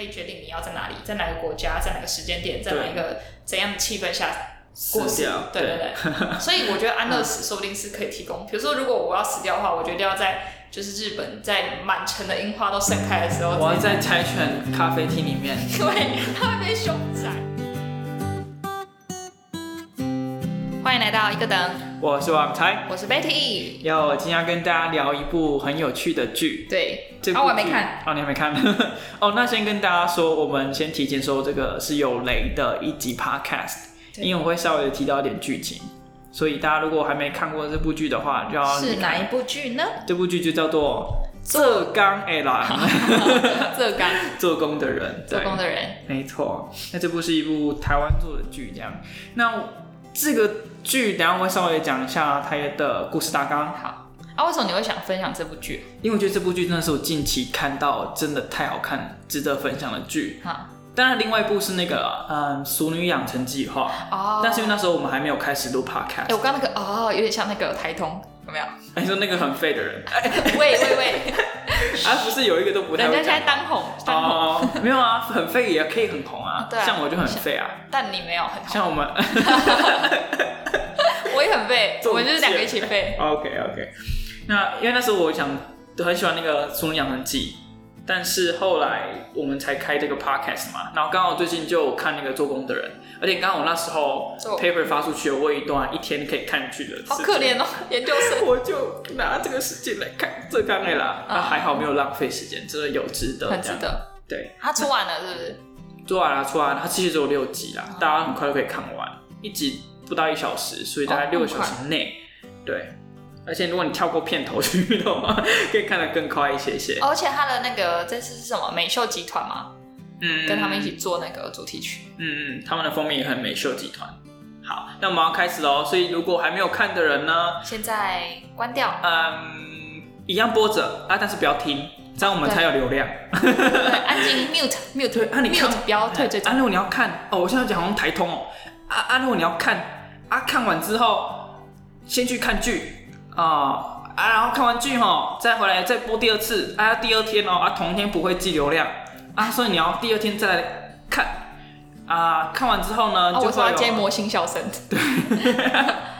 以决定你要在哪里，在哪个国家，在哪个时间点，在哪一个怎样的气氛下过死掉对对 对，所以我觉得安乐死说不定是可以提供。比如说，如果我要死掉的话，我决定要在就是日本在满城的樱花都盛开的时候，我要在柴犬咖啡厅里面。对，他会被凶宅。欢迎来到一个等，我是王柴，我是 Betty。要今天要跟大家聊一部很有趣的剧。对，这部啊，我还剧没看。，哦，你还没看？ 哦，那先跟大家说，我们先提前说，这个是有雷的一集 Podcast，对因为我会稍微提到一点剧情，所以大家如果还没看过这部剧的话，就要是去哪看一部剧呢？这部剧就叫做《浙江哎啦 浙江》，做工的人，对做，工的人，没错。那这部是一部台湾做的剧，这样。那这个剧，等一下我会稍微讲一下它的故事大纲，好啊，为什么你会想分享这部剧？因为我觉得这部剧真的是我近期看到真的太好看，值得分享的剧。哈当然，另外一部是那个嗯《熟女养成计划》，哦，但是因为那时候我们还没有开始录哎、 podcast，我刚那个哦，有点像那个台通，有 没有？你说那个很废的人，喂喂喂，啊不是有一个都不太 人家会现讲在当红，当红，哦，没有啊，很废也可以很红啊，对啊像我就很废啊，但你没有很红，像我们我也很背，中我们就是两个一起背 OK OK，那因为那时候我想很喜欢那个《熟女养成记》，但是后来我们才开这个 podcast 嘛，然后刚好最近就有看那个做工的人，而且刚好我那时候做 paper 发出去，我有一段一天哦可以看剧的时间，好可 怜哦，研究生。我就拿这个时间来看这刚哎啦，嗯那、还好没有浪费时间，真的有值得，很值。得，对，他出完了是不是？做完啊了，出完了，它其实只有六集啦，哦大家很快就可以看完，一集不到一小时，所以大概哦六个小时内，对。而且如果你跳过片头去的话， 可以看得更快一些些。哦而且他的那个这次是什么美秀集团嘛，嗯，跟他们一起做那个主题曲。嗯，嗯，他们的封面也很美秀集团。好，那我们要开始喽。所以如果还没有看的人呢，现在关掉，嗯，一样播着啊，但是不要听，这样我们才有流量。对，安静 mute mute 对啊你看 mute 不要退追踪。啊，如果你要看哦，我现在讲好像台通哦。啊啊，如果你要看啊，看完之后先去看剧啊、啊，然后看完剧哈，再回来再播第二次啊，第二天哦啊，同天不会记流量啊，所以你要第二天再来看啊，看完之后呢，哦，就我说会要接有。魔性笑 声， 对，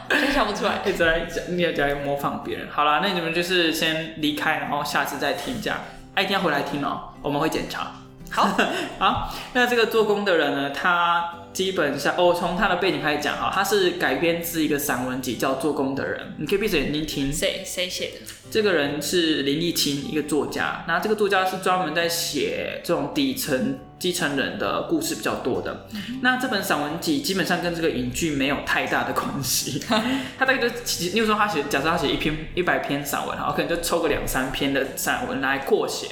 真想不出来。一直在讲，你也在模仿别人。好啦，那你们就是先离开，然后下次再听这样。哎、一定要回来听哦，我们会检查。好， 好，那这个做工的人呢，他基本上，哦，从他的背景开始讲哈，他是改编自一个散文集，叫《做工的人》。你可以闭着眼睛听。谁谁写的？这个人是林立清，一个作家。那这个作家是专门在写这种底层基层人的故事比较多的。那这本散文集基本上跟这个影剧没有太大的关系。 他大概就其实，例如说他写，假设他写一篇一百篇散文，然后可能就抽个两三篇的散文来扩写。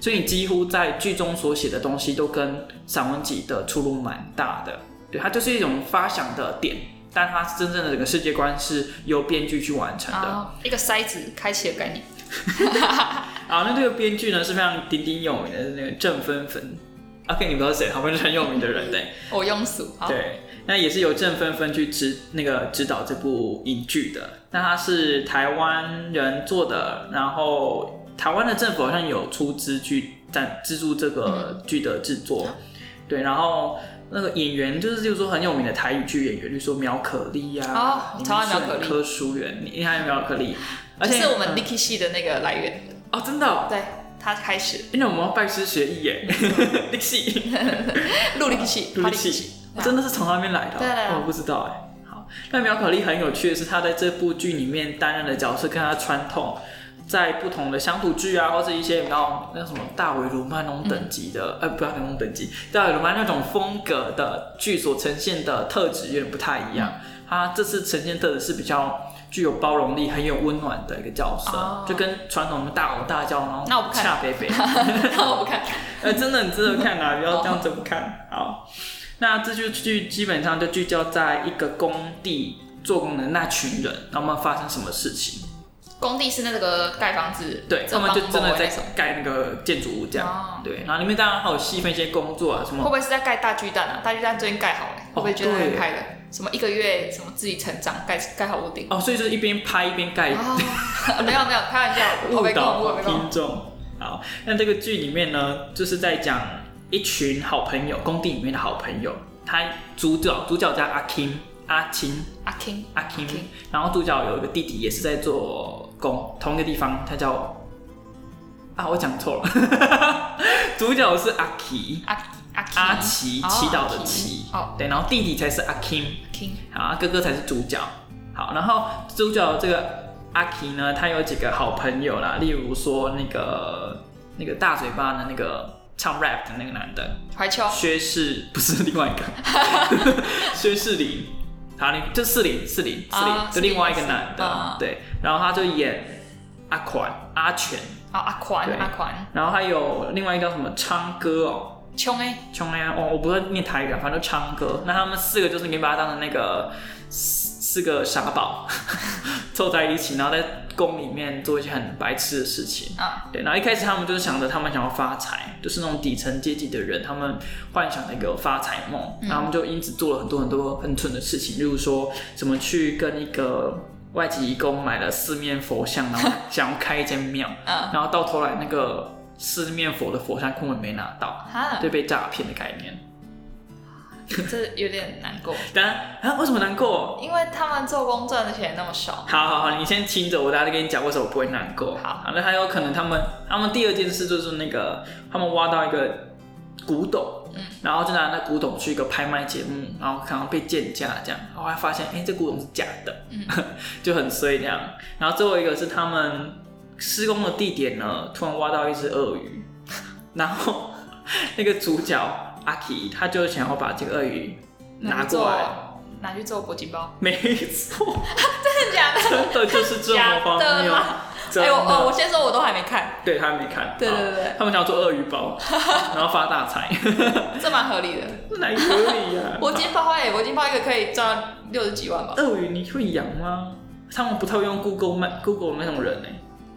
所以你几乎在剧中所写的东西都跟散文集的出入蛮大的。对，它就是一种发想的点，但它真正的整个世界观是由编剧去完成的。啊，一个筛子开启的概念。啊，那这个编剧呢是非常鼎鼎有名的那个郑芬芬。OK，你不知道谁，他们是很有名的人嘞。我庸俗，嗯哦好，对，那也是由郑芬芬去指那个指导这部影剧的。那他是台湾人做的，然后台湾的政府好像有出资去赞资助这个嗯剧的制作。对，然后那个演员就是，就是说很有名的台语剧演员，例如说苗可丽啊，哦超爱苗可丽柯淑媛，你你还有苗可丽，而这且是我们嗯 Licky 系的那个来源。哦，真的哦、对，他开始哎因为我们要拜师学艺耶， 力气，录 Licky 系，力他 Licky 系气，，真的是从那边来的哦、啊对啊对对哦我不知道哎。好，那苗可丽很有趣的是，她在这部剧里面担任的角色跟她传统在不同的乡土剧啊，或者一些比较那什么大围鲁曼那种等级的，嗯呃，不要那种等级，大围鲁曼那种风格的剧所呈现的特质有点不太一样。嗯她这次呈现特质是比较具有包容力、很有温暖的一个角色，哦就跟传统的大吼大叫然后那我不看恰北北。 那我不看。呃，真的很值得看 啊！不要这样子不看。好，那这就剧基本上就聚焦在一个工地做工的那群人，他们发生什么事情？工地是那个盖房子，对他这们就帮真的某在那种盖那个建筑物这样。哦对，然后里面当然还有细分一些工作啊，什会么不会是在盖大巨蛋啊？大巨蛋最近盖好了，会不会觉得很开了？什么一个月什么自己成长，盖盖好屋顶。哦，所以就是一边拍一边盖哦， 没有没有，开玩笑，我误没空，导我没空。听众。好，那这个剧里面呢，就是在讲一群好朋友，工地里面的好朋友，他主角主角叫阿 Kim 阿青阿 King，阿 Kim， Kim 然后主角有一个弟弟也是在做工，同一个地方，他叫啊我讲错了， 主角是阿奇阿阿 King 阿奇哦祈祷的阿祈奇，哦对，然后弟弟才是阿 Kim。 King，好，哥哥才是主角。好，然后主角这个阿奇呢，他有几个好朋友啦，例如说那个那个大嘴巴的那个唱 rap 的那个男的，怀秋，哦薛世 不是另外一个， 薛世林，好，你就四林四林四林啊，就另外一个男四林啊的，对，然后他就演阿款阿全，啊阿款对阿款，然后还有另外一个叫什么昌哥哦，琼哎，琼安哦，我不会念台语啊，反正就唱歌。那他们四个就是你可以把它当成那个四四个傻宝凑在一起，然后在宫里面做一些很白痴的事情。啊对，然后一开始他们就是想着他们想要发财，就是那种底层阶级的人，他们幻想的一个发财梦，然后他们就因此做了很多很多很蠢的事情，例如说怎么去跟一个外籍义工买了四面佛像，然后想要开一间庙，嗯然后到头来那个四面佛的佛像根本没拿到，哈，对被诈骗的概念。这有点难过，当然啊，为什么难过？因为他们做工赚的钱那么少，好好好，你先听着，我大家跟你讲为什么我不会难过。好那还有可能他们，他们第二件事就是那个，他们挖到一个古董，嗯然后就拿那古董去一个拍卖节目，然后可能被贱价这样，然后还发现，哎、这古董是假的，嗯 就很衰这样。然后最后一个是他们施工的地点呢，突然挖到一只鳄鱼，然后 那个主角阿奇他就想要把这个鳄鱼拿过来，拿去做铂金包，没错。真的假的？真的就是这么荒假的谬吗，真哎、的。我哦，我先说，我都还没看，对他还没看，对好对对他们想要做鳄鱼 包，然后发大财，这蛮合理的。哪可 以呀？铂金包哎、铂金包一个可以赚六十几万吧？鳄鱼你会养吗？他们不太会用 Google 卖 Google 那种人呢、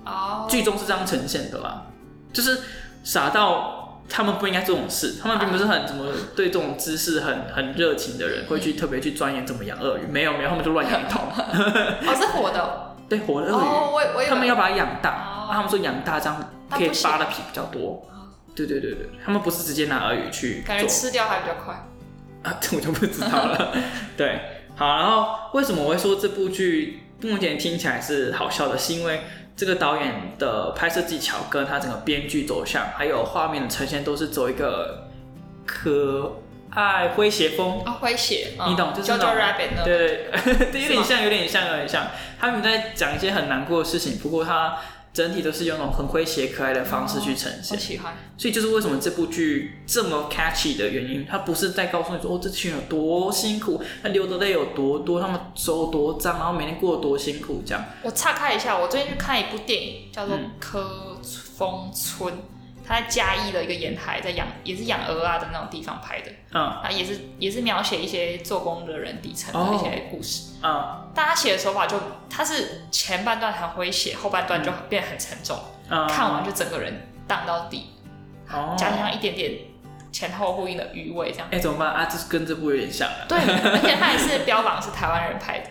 哦，剧中是这样呈现的啦，就是傻到他们不应该做这种事，他们并不是很怎么对这种知识很很热情的人嗯会去特别去钻研怎么养鳄鱼，没有没有，他们就乱养一通， 哦是活的哦，对活的鳄鱼，哦我我以为他们要把它养大，哦啊他们说养大这样那可以不行扒的皮比较多哦。对对对对，他们不是直接拿鳄鱼去感觉做吃掉还比较快。 啊，这我就不知道了。对，好，然后为什么我会说这部剧目前听起来是好笑的，是因为这个导演的拍摄技巧跟他整个编剧走向，还有画面的呈现，都是走一个可爱诙谐风。啊，诙谐，哦你懂就是那 JoJo 种 Rabbit 呢？对， 对，有是点吗像，有点像，有点像。他们在讲一些很难过的事情，不过他整体都是用那种很诙谐可爱的方式去呈我现，喜欢。所以就是为什么这部剧这么 catchy 的原因。他不是在告诉你说哦，这群人有多辛苦，他流的泪有多多，他们手有多脏，然后每天过得多辛苦这样。我岔开一下，我最近去看一部电影，叫做《嗯科峰村》，它在嘉义的一个沿海，在养也是养鹅啊的那种地方拍的，嗯啊，也是也是描写一些做工的人底层哦的一些故事。嗯但他写的手法就，他是前半段很诙谐，后半段就变得很沉重，嗯，看完就整个人荡到底，哦，啊加上一点点前后呼应的余味，这样。哎、怎么办啊？这跟这部有点像啊。对，而且他也是标榜是台湾人拍的。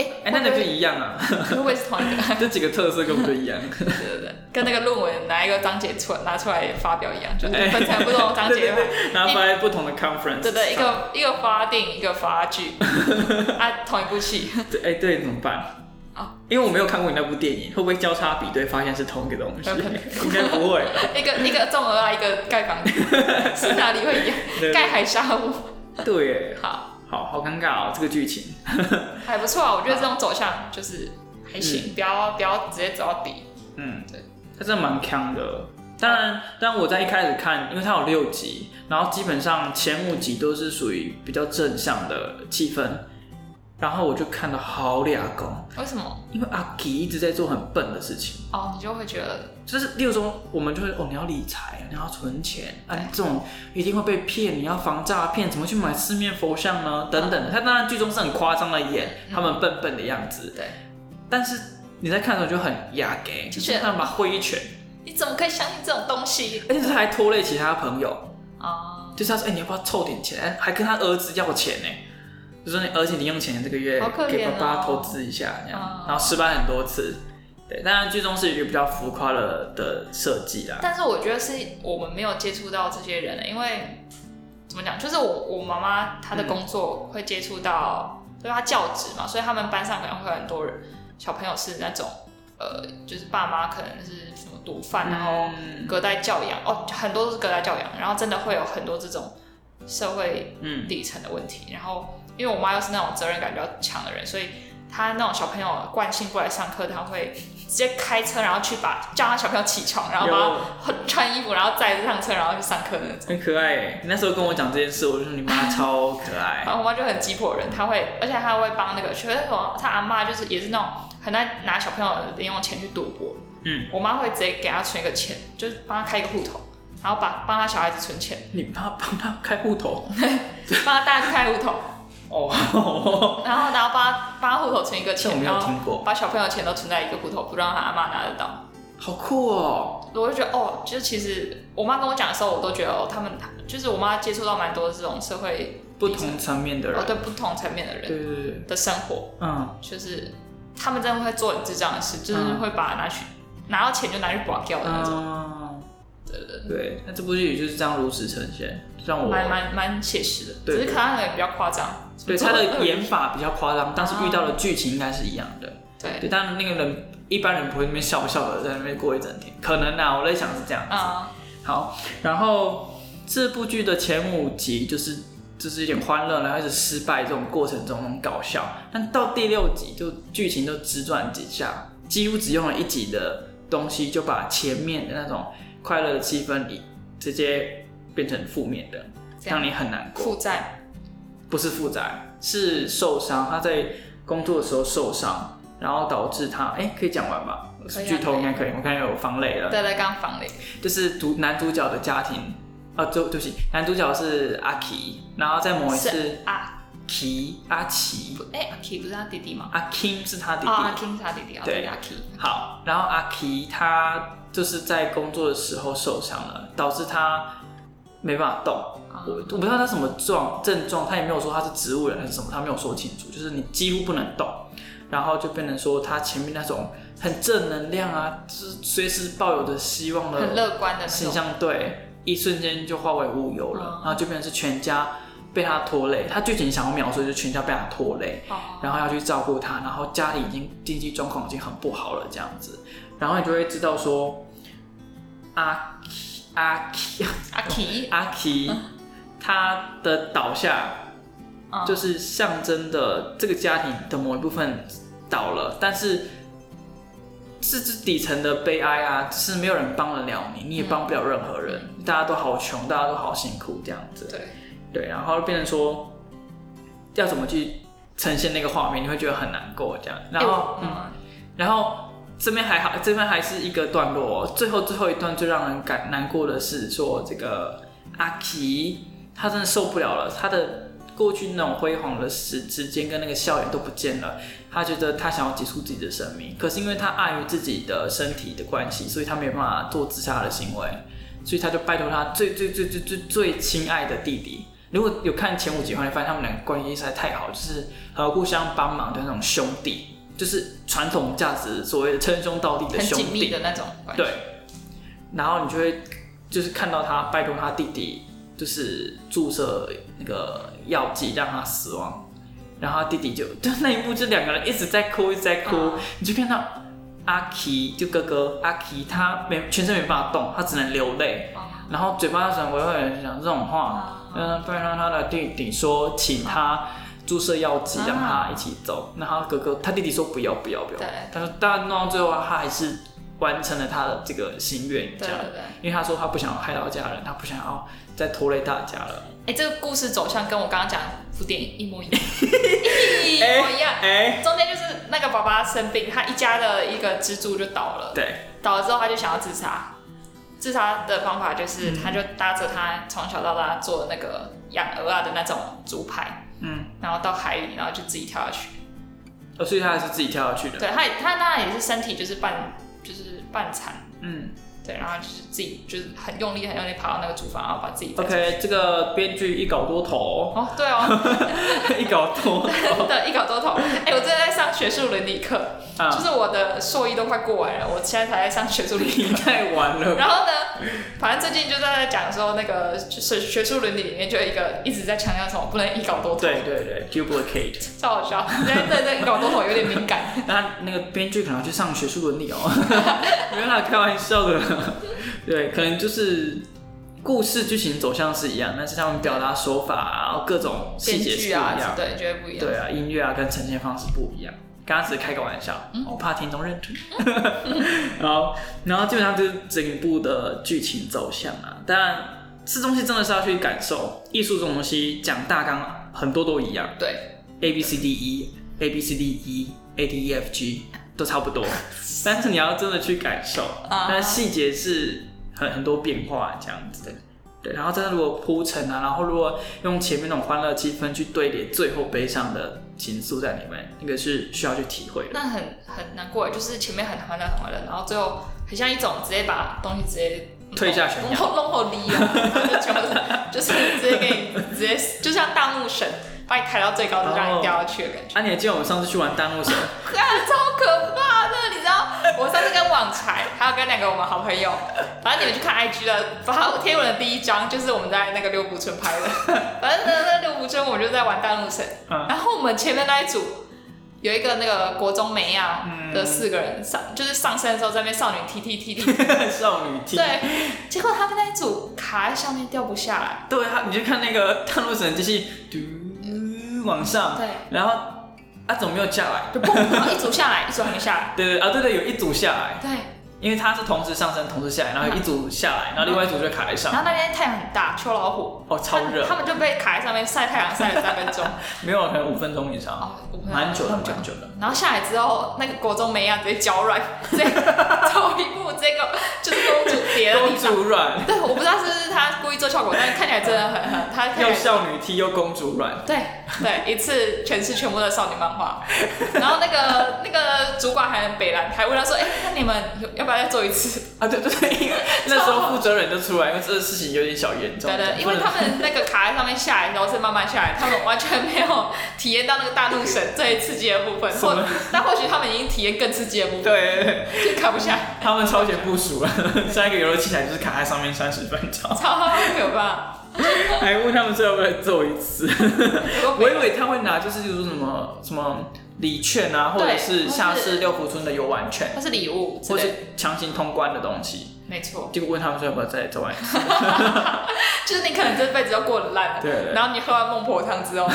哎、 哎、那那会不就会一样啊， 会不会是同一个？这几个特色跟我们就一样。对对对，跟那个论文拿一个章节出来拿出来发表一样，就是哎分成不同的章对节对嘛。对，然后放在不同的 conference 上。对对，一个一个发电影，一个发 剧，啊，同一部戏。 对，哎、对，怎么办？啊因为我没有看过你那部电影，会不会交叉比对发现是同一个东西？有可能应该不会。一个一个种鹅啊，一个盖房 子，是哪里会一样？对盖海沙屋，对耶，好，好好尴尬哦，这个剧情。还不错啊。我觉得这种走向就是还行，不要不要直接走到底。嗯，对，它真的蛮强的。当然，当然我在一开始看，因为它有六集，然后基本上前五集都是属于比较正向的气氛，然后我就看到好俩公，为什么？因为阿吉一直在做很笨的事情。哦，你就会觉得就是，例如说，我们就会哦，你要理财，你要存钱，啊，这种一定会被骗，你要防诈骗，怎么去买四面佛像呢？等等的。他当然剧中是很夸张的演他们笨笨的样子，对，但是你在看的时候就很压给，就就是是他们把挥一拳，你怎么可以相信这种东西而且他还拖累其他朋友，啊？就是他说，哎、你要不要凑点钱？还跟他儿子要钱呢、就说你，而且你用钱这个月好可怜哦给爸爸投资一下，这样，哦然后失败很多次。对，当然剧中是一个比较浮夸的的设计啦。但是我觉得是我们没有接触到这些人了，因为怎么讲，就是我我妈妈她的工作会接触到，就是她教职嘛，所以他们班上可能会有很多人小朋友是那种呃，就是爸妈可能是什么毒贩，然后嗯隔代教养哦，很多都是隔代教养，然后真的会有很多这种社会嗯底层的问题。然后因为我妈又是那种责任感比较强的人，所以她那种小朋友惯性过来上课，她会直接开车，然后去把叫她小朋友起床，然后把有她穿衣服，然后再上车，然后去上课那种。很可爱欸。你那时候跟我讲这件事，我就说你妈超可爱然。后我妈就很急迫人，她会，而且她会帮那个，觉得我她阿妈就是也是那种很爱拿小朋友的零用钱去赌博。嗯，我妈会直接给她存一个钱，就是帮她开一个户头，然后把帮她小孩子存钱。你妈帮她开户头帮他大家开户头， 哦，然后然后帮他帮他户头存一个这我钱，没然有后听过，把小朋友的钱都存在一个户头，不让他阿妈拿得到。好酷哦。我就觉得哦，就是其实我妈跟我讲的时候，我都觉得哦，他们就是我妈接触到蛮多这种社会不同层面的哦人，对不同层面的人对对对，的生活，嗯，就是他们真的会做很智障的事，就是嗯会把拿去拿到钱就拿去刮掉的那种，嗯，对对对，那这部剧也就是这样如实呈现，让对，我蛮蛮蛮写实的，对只是看他也比较夸张，对怎么他做的演法比较夸张，但是遇到的剧情应该是一样的。对，对，但那个人一般人不会那边笑笑的在那边过一整天，可能啊，我在想是这样。啊、好，然后这部剧的前五集就是就是有点欢乐，然后一直失败这种过程中那种搞笑，但到第六集就剧情就直转几下，几乎只用了一集的东西就把前面的那种快乐的气氛里直接变成负面的，这样让你很难过。负债，不是负债，是受伤。他在工作的时候受伤，然后导致他，哎、可以讲完吧？可以啊剧透应该可以，我看有防雷了。对对，刚刚房里，就是主男主角的家庭，啊，对，对不起，男主角是阿奇，然后在某一次，啊，奇阿奇不，哎、阿 K 不是他弟弟吗？阿 Kim 是他弟啊，弟。阿 King 是他弟弟啊，对对，阿 King。好，然后阿奇他就是在工作的时候受伤了，导致他没办法动。啊我我不知道他什么状症状，他也没有说他是植物人还是什么，他没有说清楚，就是你几乎不能动，然后就变成说他前面那种很正能量啊，就是随时抱有着希望很的乐观的那形种，象，对，一瞬间就化为乌有了哦，然后就变成是全家被他拖累，他剧情想要描述就是全家被他拖累，哦，然后要去照顾他，然后家里已经经济状况已经很不好了这样子，然后你就会知道说，阿 K- 阿 K- 阿 K，阿 K 他的倒下嗯就是象征的这个家庭的某一部分倒了，但是是这底层的悲哀啊，是没有人帮得了你，你也帮不了任何人，嗯大家都好穷，大家都好辛苦这样子。对，对，然后变成说要怎么去呈现那个画面，你会觉得很难过这样。然后，哎我嗯，嗯，然后这边还好，这边还是一个段落、哦，最后最后一段最让人感难过的是说这个阿奇他真的受不了了，他的过去那种辉煌的时时间跟那个笑脸都不见了，他觉得他想要结束自己的生命，可是因为他碍于自己的身体的关系，所以他没有办法做自杀的行为。所以他就拜托他最最最最最最亲爱的弟弟。如果有看前五集的话，你发现他们两个关系实在太好，就是还有互相帮忙的那种兄弟，就是传统价值所谓的称兄道弟很的兄紧密弟。的那种关系，对，然后你就会就是看到他拜托他弟弟，就是注射那个药剂让他死亡，然后他弟弟就 就那一幕就两个人一直在哭，一直在哭，嗯你就看到阿奇就哥哥阿奇他没全身没办法动，他只能流泪。哦然后嘴巴上委婉地讲这种话，啊嗯，拜托他的弟弟说，请他注射药剂，啊让他一起走。那他哥哥，他弟弟说不要不要不要对，但是但弄到最后，啊他还是完成了他的这个心对愿，这样，对对，因为他说他不想害到家人，他不想要再拖累大家了。哎，这个故事走向跟我刚刚讲的那部电影一模一 样，一模一样。哎，中间就是那个爸爸生病，他一家的一个支柱就倒了，对，倒了之后他就想要自杀，自杀的方法嗯就是他就搭着他从小到大做的那个养鹅啊的那种竹排，嗯，然后到海里，然后就自己跳下去。呃所以他还是自己跳下去的。对，他也他当然也是身体就是半就是半残，嗯，对，对，然后就是自己就是很用力、很用力爬到那个厨房，然后把自己载出去 OK，这个编剧一搞多 头，哦，对哦，一搞多头对，一搞多头。哎、我正在上学术伦理课，啊 就，是我的硕一都快过完了，我现在才在上学术伦理你 课。太晚了。然后呢，反正最近就在讲说，那个学学术伦理里面就有一个一直在强调什么不能一搞多头，对对对，duplicate。超好笑。现在对对一搞多头有点敏 感，那那个编剧可能要去上学术伦理哦， 没有啦，开玩笑的啦。对，可能就是故事剧情走向是一样，但是他们表达手法然后各种细编节是不一剧样。啊，对，觉得不一样。对啊，音乐啊跟呈现方式不一样。刚刚只是开个玩笑，我怕听众认真。 然后，然后基本上就是整部的剧情走向啊。当然，这东西真的是要去感受。艺术这种东西讲大纲很多都一样对， ，A B C D E A B C D E A D E F G 都 差不多，但是你要真的去感受，啊但细节是很很多变化这样子的。对，然后真的如果铺陈啊，然后如果用前面那种欢乐气氛去堆叠最后悲伤的情愫在里面，那个是需要去体会的。那很很难过，就是前面很欢乐很欢乐，然后最后很像一种直接把东西直接推下悬崖弄弄后离啊，然后就就是直接给你直接就像大怒神把你抬到最高，就让你掉下去的感觉，啊，你还记得我们上次去玩弹幕神？ 啊，超可怕的！你知道我上次跟网才还有跟两个我们好朋友，反正你们去看 IG 的，把它贴文的第一张就是我们在那个六福村拍的，反正那那六福村我们就在玩大怒神，嗯然后我们前面那一组有一个那个国中美亚的四个人上，就是上身的时候在那边少女踢踢踢踢，少女 T。对，结果他们那一组卡在上面掉不下来，对啊，你就看那个弹幕神就是嘟往上，对，然后啊怎么没有下来？就砰，然后一组 下来，一组还没下来，对对啊，对对，有一组下来，对，因为它是同时上升，同时下来，然后有一组下来，然后另外一组就会卡在上然。后那天太阳很大，秋老虎，哦，超热嗯他，们就被卡在上面晒太阳晒了三 分钟，没有可能五分钟以上，哦，五分钟蛮久的，那么久蛮久的。然后下来之后，那个国中美亚直接脚 软，直接走一步，这个就是公主跌在地 公上。主软，对，我不知道是不是他故意做效果，但是看起来真的很很，他看起来又少女 T 又公主软，对对，一次全是全部的少女漫画。然后那个那个主管还很北蓝，还问他说：“哎、那你们有要不要再做一次啊，对对对， 因为那时候负责人就出来，因为这个事情有点小严？”重。对对，因为不能他们那个卡在上面下来，然后是慢慢下来，他们完全没有体验到那个大怒神最刺激的部分，什或么但或许他们已经体验更刺激的部分，对对对，就卡不下来，他们超前部署了， 下一个游乐器材就是卡在上面三十分 钟，超可怕。还问他们最后要不要揍一次。我我以为他会拿就是就是什么什么礼券啊，或者对是下市六福村的游玩券，它是礼物之或是类，强行通关的东西，没错，结果问他们说要不要再再玩一 次。就是你可能这辈子都过得烂了，对对然后你喝完孟婆汤 之后，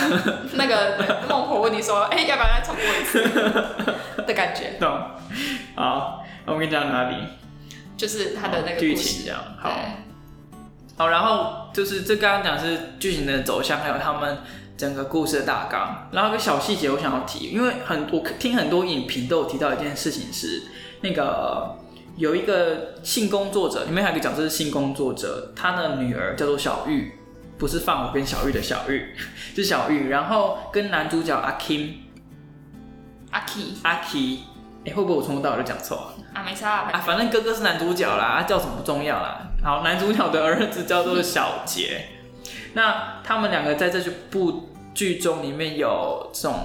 那个孟婆问你说，哎、要不要再重过一次 的感觉，懂。好，那我们跟你讲哪里？就是它的那个剧故情事。这样。对好，好，然后就是这刚刚讲是剧情的走向，还有他们整个故事的大纲，然后有个小细节我想要提，因为很我听很多影评都有提到一件事情是那个。有一个性工作者，里面还有一个角色是性工作者，他的女儿叫做小玉，不是范我跟小玉的小玉，是小玉。然后跟男主角阿 Kim 阿 K 阿 K，哎、会不会我从头到尾都讲错啊？啊，没差啊，啊，反正哥哥是男主角啦，啊叫什么不重要啦。好，男主角的儿子叫做小杰。那他们两个在这部剧中里面有这种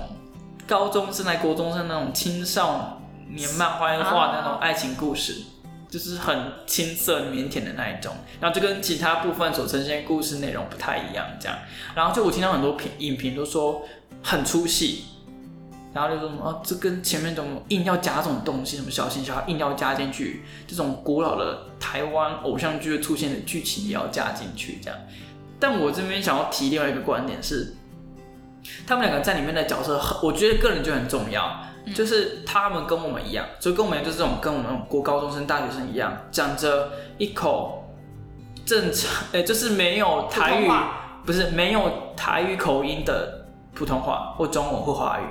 高中生来国中生那种青少年漫画画的那种爱情故事，就是很青涩腼腆的那一种，然后就跟其他部分所呈现的故事内容不太一样，这样。然后就我听到很多评影评都说很出戏，然后就说什么哦，这跟前面怎么硬要加这种东西，什么小情小爱硬要加进去，这种古老的台湾偶像剧会出现的剧情也要加进去这样。但我这边想要提另外一个观点是，他们两个在里面的角色很，我觉得个人就很重要，嗯就是他们跟我们一样，所以跟我们一样就是这种跟我们那种国高中生、大学生一样，讲着一口正常，呃，就是没有台普通语话，不是没有台语口音的普通话或中文或华语。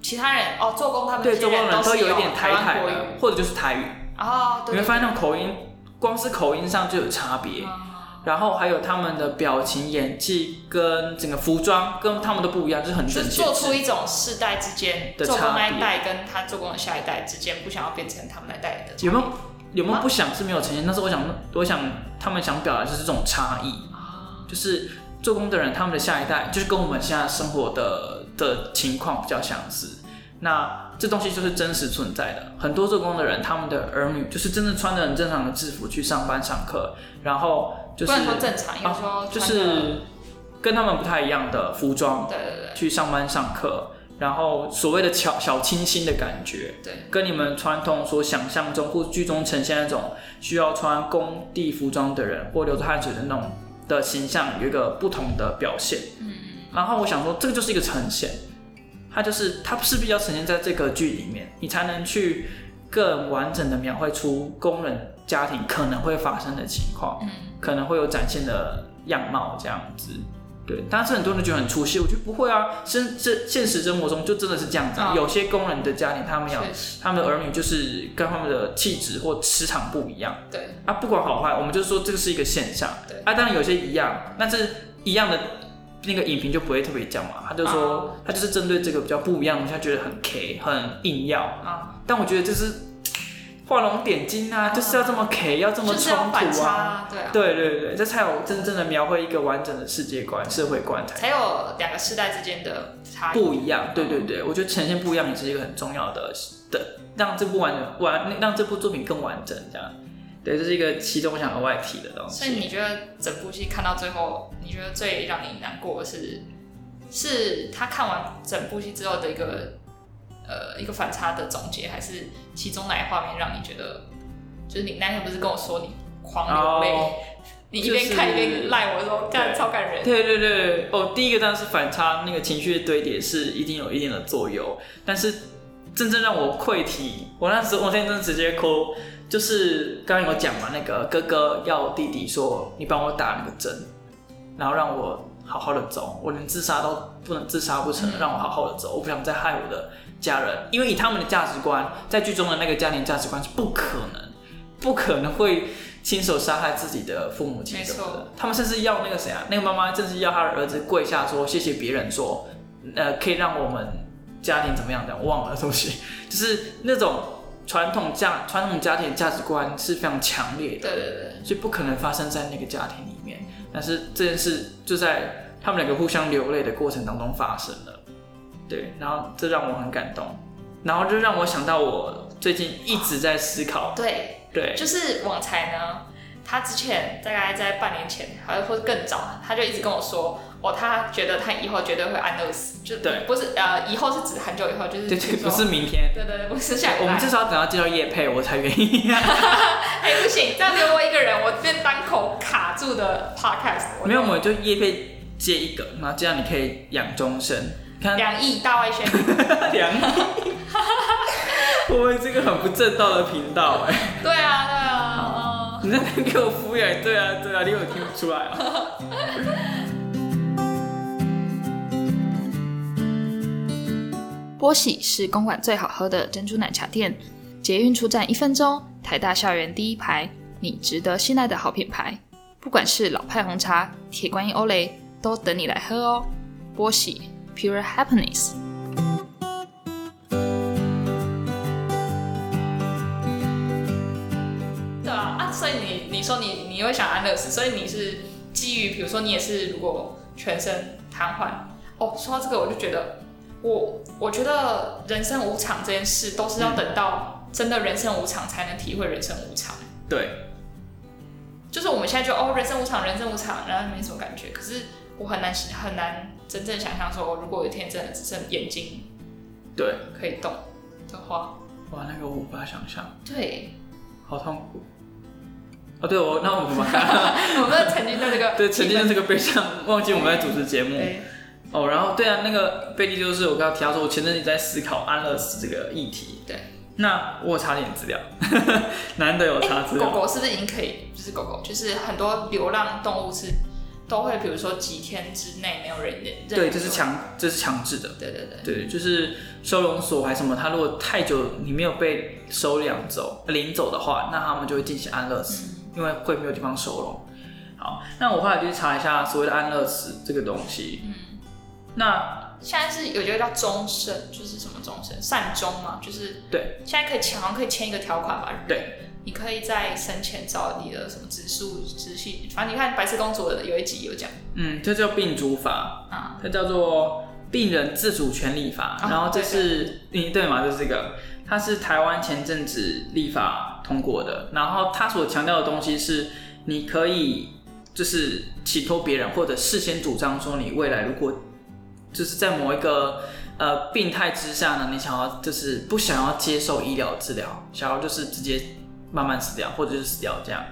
其他人哦，做工他们对，这中些国人都是有一点台台湾台国语的，或者就是台语。哦，你对会对发现那种口音，光是口音上就有差别对，，啊然后还有他们的表情、演技跟整个服装跟他们都不一样，就是很就整是洁。做出一种世代之间的做工差那别一代跟他做工的下一代之间不想要变成他们那一代的差别，有没有有没有不想是没有呈现，但是我想，我想他们想表达就是这种差异，啊，就是做工的人他们的下一代，就是跟我们现在生活的的情况比较相似。那这东西就是真实存在的，很多做工的人他们的儿女就是真的穿着很正常的制服去上班上课，然后就是哦不能说正常，应该说就穿得是跟他们不太一样的服装对对对去上班上课，然后所谓的小小清新的感觉，对，跟你们传统所想象中或剧中呈现那种需要穿工地服装的人或流着汗水的那种的形象有一个不同的表现。嗯然后我想说，这个就是一个呈现，它就是它势必要呈现在这个剧里面，你才能去更完整的描绘出工人家庭可能会发生的情况，嗯可能会有展现的样貌这样子。对，但是很多人觉得很出戏，我觉得不会啊，生这现实生活中就真的是这样子，啊有些工人的家庭他们嗯，要确实他们的儿女就是跟他们的气质或磁场不一样对啊，不管好坏，我们就说这个是一个现象。对啊，当然有些一样，但是一样的那个影评就不会特别讲嘛，他就说、啊他就是针对这个比较不一样的东西，他觉得很 K 很硬要，啊，但我觉得这是画龙点睛啊，就是要这么 K，要这么就是冲要反突差啊。啊，对啊，对对对，这才有真正的描绘一个完整的世界观、社会观才才有两个世代之间的差异，不一样，对对对，我觉得呈现不一样也是一个很重要的的，让这部完整完让这部作品更完整这样。对，这是一个其中我想额外提的东所以西。你觉得整部戏看到最后，你觉得最让你难过的是，是他看完整部戏之后的一个呃一个反差的总结，还是其中哪一画面让你觉得，就是你那天不是跟我说你狂流泪，哦你一边看一边赖我说，干、对超感人，对对对，哦，第一个当然是反差，那个情绪的堆叠是一定有一定的作用，但是真正让我溃体，我那时候我那天真的直接哭，就是刚刚有讲嘛，那个哥哥要弟弟说你帮我打那个针，然后让我好好的走，我连自杀都不能自杀不成，嗯让我好好的走，我不想再害我的家人，因为以他们的价值观，在剧中的那个家庭价值观是不可能，不可能会亲手杀害自己的父母亲没什错么的。他们甚至要那个谁啊，那个妈妈甚至要她的儿子跪下说谢谢别人说，呃，可以让我们家庭怎么样的，我忘了东西， 就是那种传统家传统家庭的价值观是非常强烈的对。对对所以不可能发生在那个家庭里面。但是这件事就在他们两个互相流泪的过程当中发生了，对，然后这让我很感动，然后就让我想到我最近一直在思考，对，对，就是网才呢，他之前大概在半年前，还或者更早，他就一直跟我说，哦，他觉得他以后绝对会安乐死，就对不是呃，以后是指很久以后，就是对比对，如说不是明天，对对对，不是下礼我们拜 至，少等到接到叶配我才愿意。哎、不行，这样留我一个人，我变单口卡住的 podcast，我没有，我们就叶配接一个，然后这样你可以养终身。看两亿大外宣，两，我们这个很不正道的频道哎、对啊对啊，你在那边给我敷衍，对啊对啊，你有听不出来啊？波喜是公馆最好喝的珍珠奶茶店，捷运出站一分钟，台大校园第一排，你值得信赖的好品牌。不管是老派红茶、铁观音欧蕾，都等你来喝哦。波喜 Pure Happiness。对啊，啊，所以你你说你你会想安乐死，所以你是基于比如说你也是如果全身瘫痪哦，说到这个我就觉得我我觉得人生无常这件事都是要等到真的人生无常才能体会人生无常，对，就是我们现在就哦人生无常人生无常，然后没什么感觉，可是我很难很难真正想象说如果有一天真的只剩眼睛对，可以动的话，哇，那个我无法想象，对， 好痛苦。哦，对，我那我们把我们曾经在这个 对沉浸在这个悲伤，忘记我们在主持节目对哦。然后对啊，那个贝蒂就是我刚刚提到说，我前阵子在思考安乐死这个议题。对，那我有查点资料， 难得有查资狗料。狗是不是已经可以？就是狗狗，就是很多流浪动物是都会，比如说几天之内没有人认对，这是，强，这是强制的。对对对，对，就是收容所还是什么，它如果太久你没有被收养走、领走的话，那他们就会进行安乐死。嗯，因为会没有地方收容。好，那我后来就去查一下所谓的安乐死这个东西。嗯那现在是有一个叫终身，就是什么终身善终嘛，就是对现在可以签，好像可以签一个条款吧？对，你可以在生前找你的什么植树植系，反正你看《白雪公主》的有一集有讲嗯，这叫病主法，啊，它叫做病人自主权利法。哦然后这是你对嘛？就是这个，它是台湾前阵子立法通过的。然后它所强调的东西是，你可以就是委托别人，或者事先主张说，你未来如果就是在某一个呃病态之下呢，你想要就是不想要接受医疗治疗，想要就是直接慢慢死掉，或者是死掉这样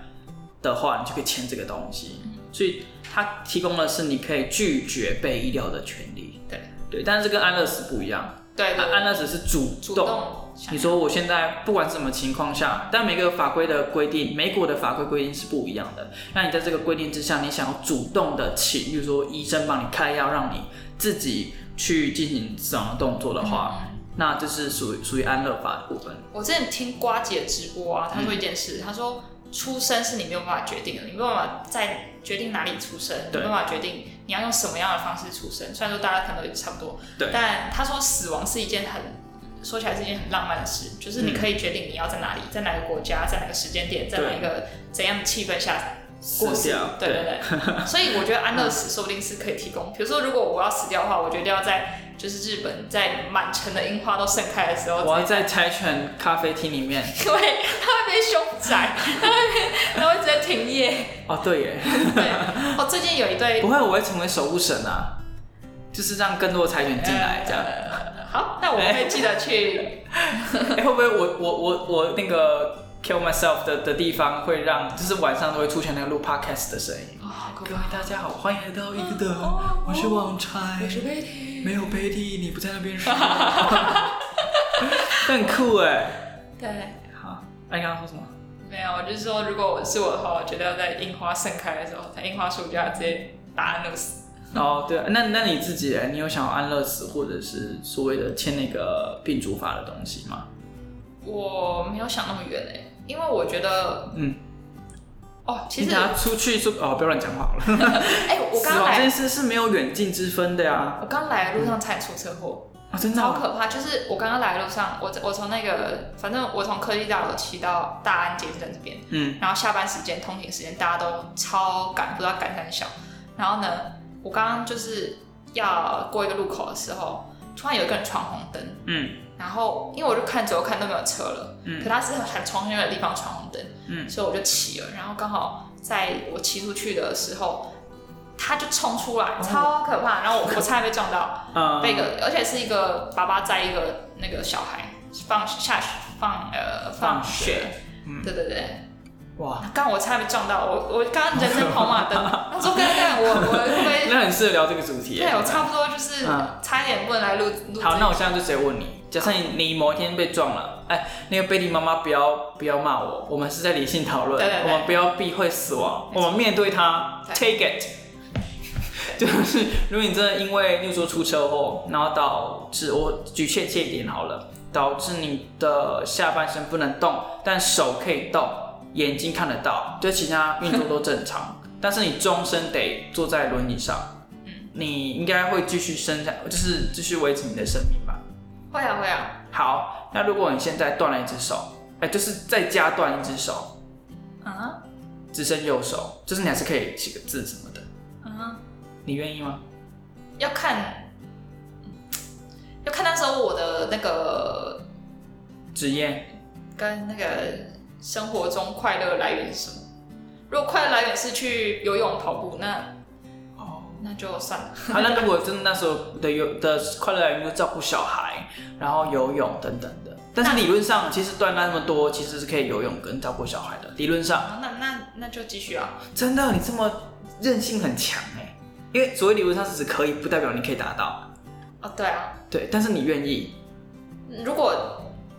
的话，你就可以签这个东西。所以它提供的是你可以拒绝被医疗的权利。对对，但是跟安乐死不一样，对安对，安乐死是主主动。动想啊你说我现在不管什么情况下，但每个法规的规定，美国的法规规定是不一样的。那你在这个规定之下，你想要主动的请，比如说医生帮你开药，让你自己去进行死亡动作的话，嗯那这是属于属于安乐法的部分。我之前听瓜姐直播啊，她说一件事，她说出生是你没有办法决定的，你没有办法在决定哪里出生，你对没有办法决定你要用什么样的方式出生。虽然说大家可能都差不多，对但她说死亡是一件很说起来是一件很浪漫的事，就是嗯你可以决定你要在哪里，在哪个国家，在哪个时间点，在哪一个怎样的气氛下过死世掉，对对 对，所以我觉得安乐死说不定是可以提供。比如说，如果我要死掉的话，我决定要在就是日本在满城的樱花都盛开的时候，我要在柴犬咖啡厅里面。因为它会被凶宅，它会被它会直接停业。哦，对耶，对，哦，最近有一对不会，我会成为守护神啊，就是让更多柴犬进来这样。呃好，那我会记得去。哎、会不会我我我我那个 kill myself 的的地方会让，就是晚上都会出现那个录 podcast 的声音？哦各位大家好，欢迎来到一个的哦，我是王柴，我是 Betty 没有 Betty，你不在那 边说，这 很酷哎。对，好，那、你刚刚说什么？没有，我就是说，如果我是我的话，我觉得要在樱花盛开的时候，在樱花树下直接打安乐死。哦，对啊，那那你自己，你有想要安乐死或者是所谓的签那个病主法的东西吗？我没有想那么远诶、因为我觉得，嗯，哦，其你实等下出去说哦，不要乱讲话好了。哎、我死刚亡这来，件事是没有远近之分的呀、我刚来的路上差点出车祸。啊，真的超啊、可怕！就是我刚刚来的路上，我我从那个，反正我从科技大楼骑到大安捷运站这边，嗯，然后下班时间、通勤时间大家都超赶，不知道赶三小。然后呢，我刚刚就是要过一个路口的时候，突然有一个人闯红灯，嗯然后因为我就看左右看都没有车了，嗯可他是很从很远的地方闯红灯，嗯所以我就骑了，然后刚好在我骑出去的时候，他就冲出来，哦超可怕，然后我我差点被撞到。啊被一个，而且是一个爸爸载一个那个小孩放下学放呃放放学，学，嗯，对对对，哇，刚我差点被撞到，我我刚刚人生跑马灯， 那时候跟看我我会不会那很适合聊这个主题耶。对我差不多就是嗯差一点不能来录录好，那这，我现在就直接问你，假设你你某一天被撞了，哎，那个贝蒂妈妈不要不要骂我，我们是在理性讨论，对对对我们不要避讳死亡，没我错们面对它对，take it。就是如果你真的因为，例如说出车祸，然后导致我举确切一点好了，导致你的下半身不能动，但手可以动，眼睛看得到，对其他运作都正 常，但是你终身得坐在轮椅上，嗯你应该会继续生下，就是继续维持你的生命吧。会啊会啊，好，那如果你现在断了一只手，哎、就是再加断一只手，嗯只剩右手，就是你还是可以写个字什么的，嗯，你愿意吗？要看要看那时候我的那个职业，跟那个生活中快乐来源是什么。如果快乐来源是去游泳、跑步，那 哦，那就算了。好，那如果真的那时候的有的快乐来源就是照顾小孩，然后游泳等等的，但是理论上其实断那么多，其实是可以游泳跟照顾小孩的，理论上。啊那那那就继续啊。真的，你这么韧性很强哎、因为所谓理论上是指可以，不代表你可以达到。哦，对啊，对，但是你愿意，如果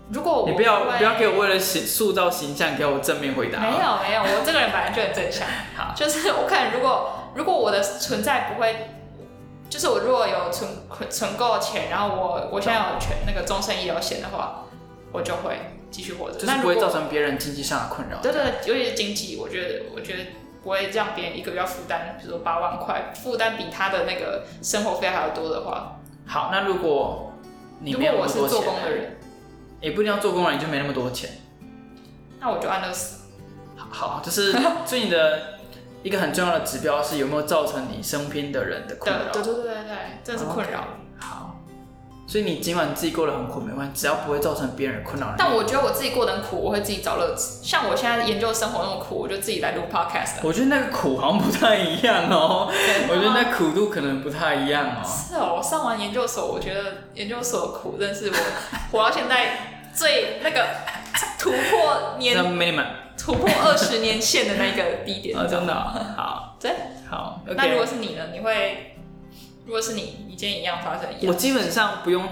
如果哦我你不要会不要给我为了形塑造形象给我正面回答。没有没有，我这个人本来就很正向。 好就是我可能如果如果我的存在不会，就是我如果有存存够钱，然后我我现在有全那个终身医疗险的话，我就会继续活着。就是那不如会果造成别人经济上的困扰。对对对，尤其是经济，我觉得我觉得。不会让别人一个月要负担，比如说八万块，负担比他的那个生活费还要多的话，好，那如果你如没果有那我么是多做钱啊哎工，的人，也不一定要做工了，你就没那么多钱。那我就安乐死。好，就是所以你的一个很重要的指标是有没有造成你身边的人的困对对扰。对对对对，这是困扰。好，所以你尽管自己过得很苦没关系，只要不会造成别人的困扰。但我觉得我自己过得很苦，我会自己找乐子。像我现在研究生活那么苦，我就自己来录 podcast 了。我觉得那个苦好像不太一样哦， 我觉得那苦度可能不太一样哦。是哦，我上完研究所，我觉得研究所的苦真是我活到现在最那个突破那年 minimum 突破二十年线的那个低点啊，。真的哦好，对，好那如果，OK。是你呢？你会，如果是你，你今天一样发生一我样，基本上不用，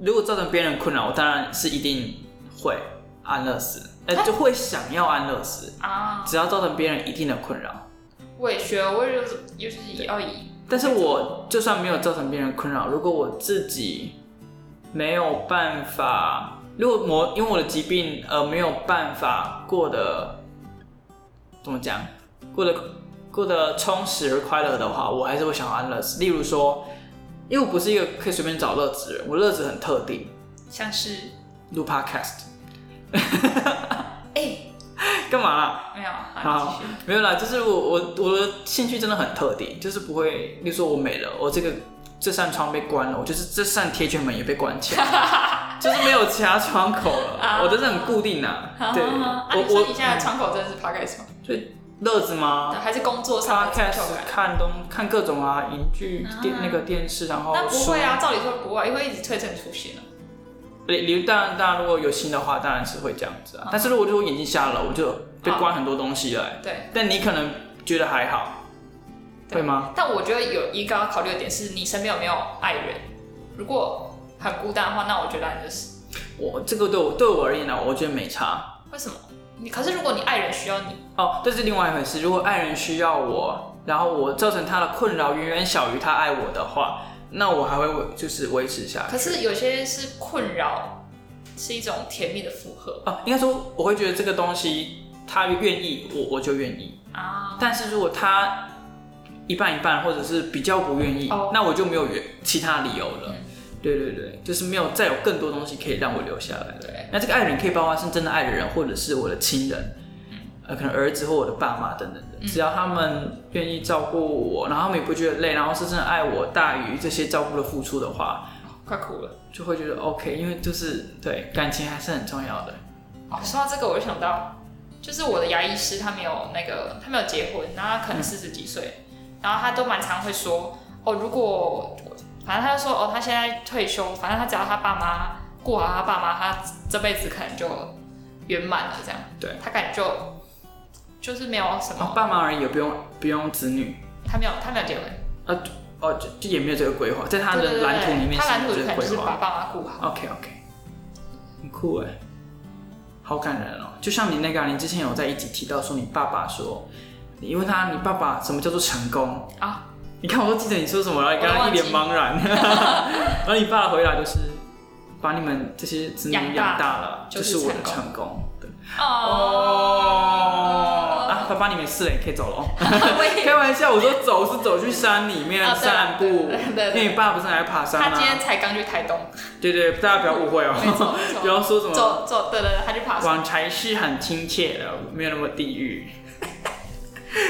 如果造成别人困扰，我当然是一定会安乐死，呃，就会想要安乐死，啊，只要造成别人一定的困扰。委屈，我也就是尤其是要以但是我就算没有造成别人困扰，如果我自己没有办法，如果我因为我的疾病呃没有办法过得怎么讲，过得过得充实而快乐的话，我还是会想要安乐死。例如说，因为我不是一个可以随便找乐子的人，我乐子很特定，像是录 podcast 哎、干嘛啦？没有，啊好好，继续没有啦，就是我我我的兴趣真的很特定，就是不会，例如说我没了，我这个这扇窗被关了，我就是这扇铁卷门也被关起来，就是没有其他窗口了啊，我真的很固定啊。好好对，好啊，你我说我嗯你现在的窗口真的是 podcast 吗？乐子吗对，还是工作上的成？Podcast 就感？看东看各种啊，影剧啊电那个电视，然后那不书会。啊，照理说不会，因为一直推陈出新啊。例例如当然当然，如果有新的话，当然是会这样子啊啊。但是如果就我眼睛瞎了，我就被关很多东西了欸。对，但你可能觉得还好，对会吗？但我觉得有一个要考虑的点是，你身边有没有爱人？如果很孤单的话，那我觉得你就是我这个对我对我而言呢、我觉得没差为什么？你可是如果你爱人需要你，哦，这是另外一回事。如果爱人需要我，然后我造成他的困扰远远小于他爱我的话，那我还会维就是维持下去。可是有些是困扰，啊是一种甜蜜的负荷哦，应该说我会觉得这个东西他愿意，我我就愿意。啊。但是如果他一半一半，或者是比较不愿意哦那我就没有原其他理由了。嗯对对对，就是没有再有更多东西可以让我留下来了。对，那这个爱人可以包括是真的爱的人，或者是我的亲人嗯，呃，可能儿子或我的爸妈等等的，嗯只要他们愿意照顾我，然后他们也不觉得累，然后是真的爱我大于这些照顾的付出的话，快哭了。就会觉得 OK，因为就是对感情还是很重要的。哦，说到这个，我就想到，就是我的牙医师，他没有那个，他没有结婚，然后他可能四十几岁，然后他都蛮常会说，哦，如果反正他就说，哦，他现在退休，反正他只要他爸妈过好他爸妈，他这辈子可能就圆满了这样。对，他感觉就就是没有什哦，么，爸妈而已，也不用不用子女，他没有他没有结婚，哦，就就也没有这个规划，在他对对的对蓝图里面他是蓝没图有可这个能就规是把划。爸妈顾好。 OK OK，很酷哎，好感人哦。就像你那个啊、你之前有在一集提到说你爸爸说，你问他你爸爸什么叫做成功？啊，你看，我都记得你说什么了，你刚刚一脸茫 然。然后你爸回答就是，把你们这些子女养大养大了，就就是是我的成功。对 哦，哦，，啊爸爸，你没事了，你可以走 了哦。我也开玩笑，我说走是走去山里面啊对散啊步，对对对因为你爸不是很爱爬山他今天吗？才刚去台东，对对，大家不要误会没错哦，没不错，要说什么走走，对对对，他去爬山，网才是很亲切的，没有那么地狱。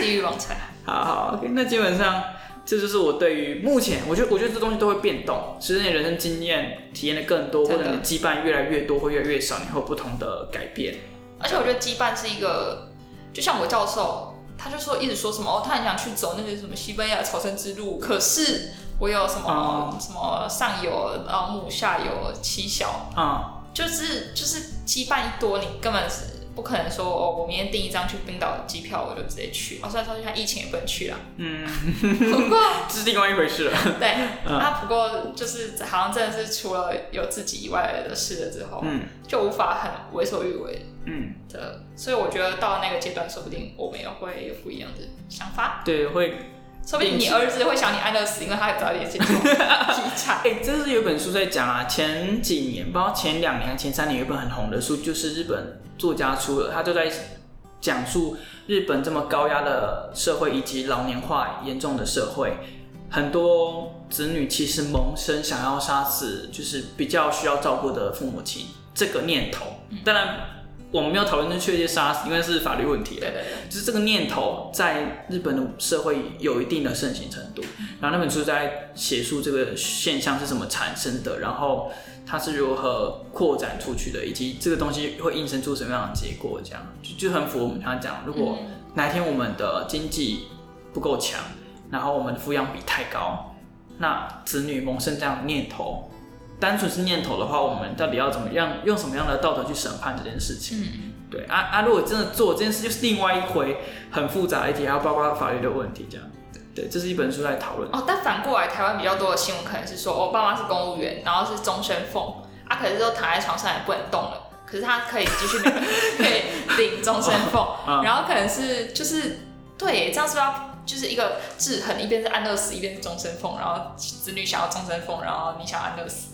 地狱王城。好好，OK，那基本上这就是我对于目前，我觉得我觉得这东西都会变动，随着你人生经验体验的更多，或真者的你羁绊越来越多或越来越少，你会有不同的改变。而且我觉得羁绊是一个，就像我教授，他就说一直说什么哦，他很想去走那个什么西班牙朝圣之路，可是我有什么、哦什么上有老母，下有妻小，啊、就是就是羁绊一多，你根本是不可能说哦，我明天订一张去冰岛的机票，我就直接去。哦，虽然说现在疫情也不能去啦，嗯，不过这是另外一回事了。对， 那不过就是好像真的是除了有自己以外的事了之后，嗯就无法很为所欲为嗯，的，所以我觉得到那个阶段，说不定我们也会有不一样的想法，对，会，说不定你儿子会想你安乐死，因为他也早点接触遗 产哎、这是有本书在讲啊，前几年，不知道前两年、前三年有一本很红的书，就是日本作家出的，他就在讲述日本这么高压的社会以及老年化严重的社会，很多子女其实萌生想要嗯杀死就是比较需要照顾的父母亲这个念头。当然，我们没有讨论是确切杀死，因为是法律问题了对对。对，就是这个念头在日本的社会有一定的盛行程度。然后那本书在写述这个现象是怎么产生的，然后它是如何扩展出去的，以及这个东西会映生出什么样的结果，这样就就很符合我们刚刚讲，如果哪一天我们的经济不够强，然后我们的抚养比太高，那子女萌生这样的念头。单纯是念头的话，我们到底要怎么样，用什么样的道德去审判这件事情？嗯，对啊啊！如果真的做这件事，就是另外一回很复杂的一题，还有包括法律的问题，这样。对，这是一本书在讨论。哦，但反过来，台湾比较多的新闻可能是说，哦，爸妈是公务员，然后是终身俸，啊，可是都躺在床上也不能动了，可是他可以继续领，可以领终身俸，嗯然后可能是就是对耶，这样是不是要就是一个制衡，一边是安乐死，一边是终身俸，然后子女想要终身俸，然后你想要安乐死，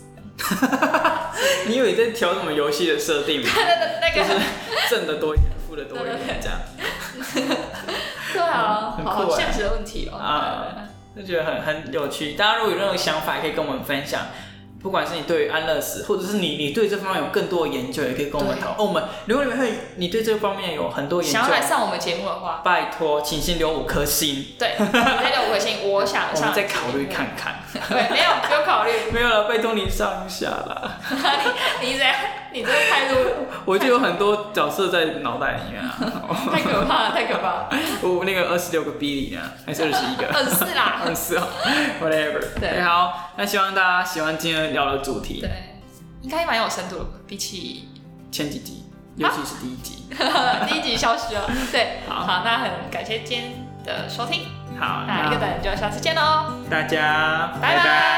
你以为在调什么游戏的设 定吗？那那那就个是挣的多一点，付的多一点，这样。对啊，嗯很酷好耶现实的问题哦。啊对就觉得很很有趣。大家如果有任何想法，也可以跟我们分享。不管是你对于安乐死，或者是你你对这方面有更多的研究，也可以跟我们讨论。哦我们如果你们会你对这方面有很多研究想要，来上我们节目的 话，拜托，请先留五颗星，对，你那个我信，我想我上们再考虑。看看。对，没有不用考虑，没有了，拜托你上一 下啦。你你这你这个态 度我就有很多角色在脑袋里面啊，太可怕了，太可怕了， 我那个二十六个 B 里啊，还是二十一个，二十四二啦十，四啊，whatever。对好，那希望大家喜欢今天聊的主题，对，应该蛮有深度的吧，比起 前几集，尤其是第一集。第一集消失了。对，好好，那很感谢今天的收听，好，那一个那等就下次见喽，大家拜拜。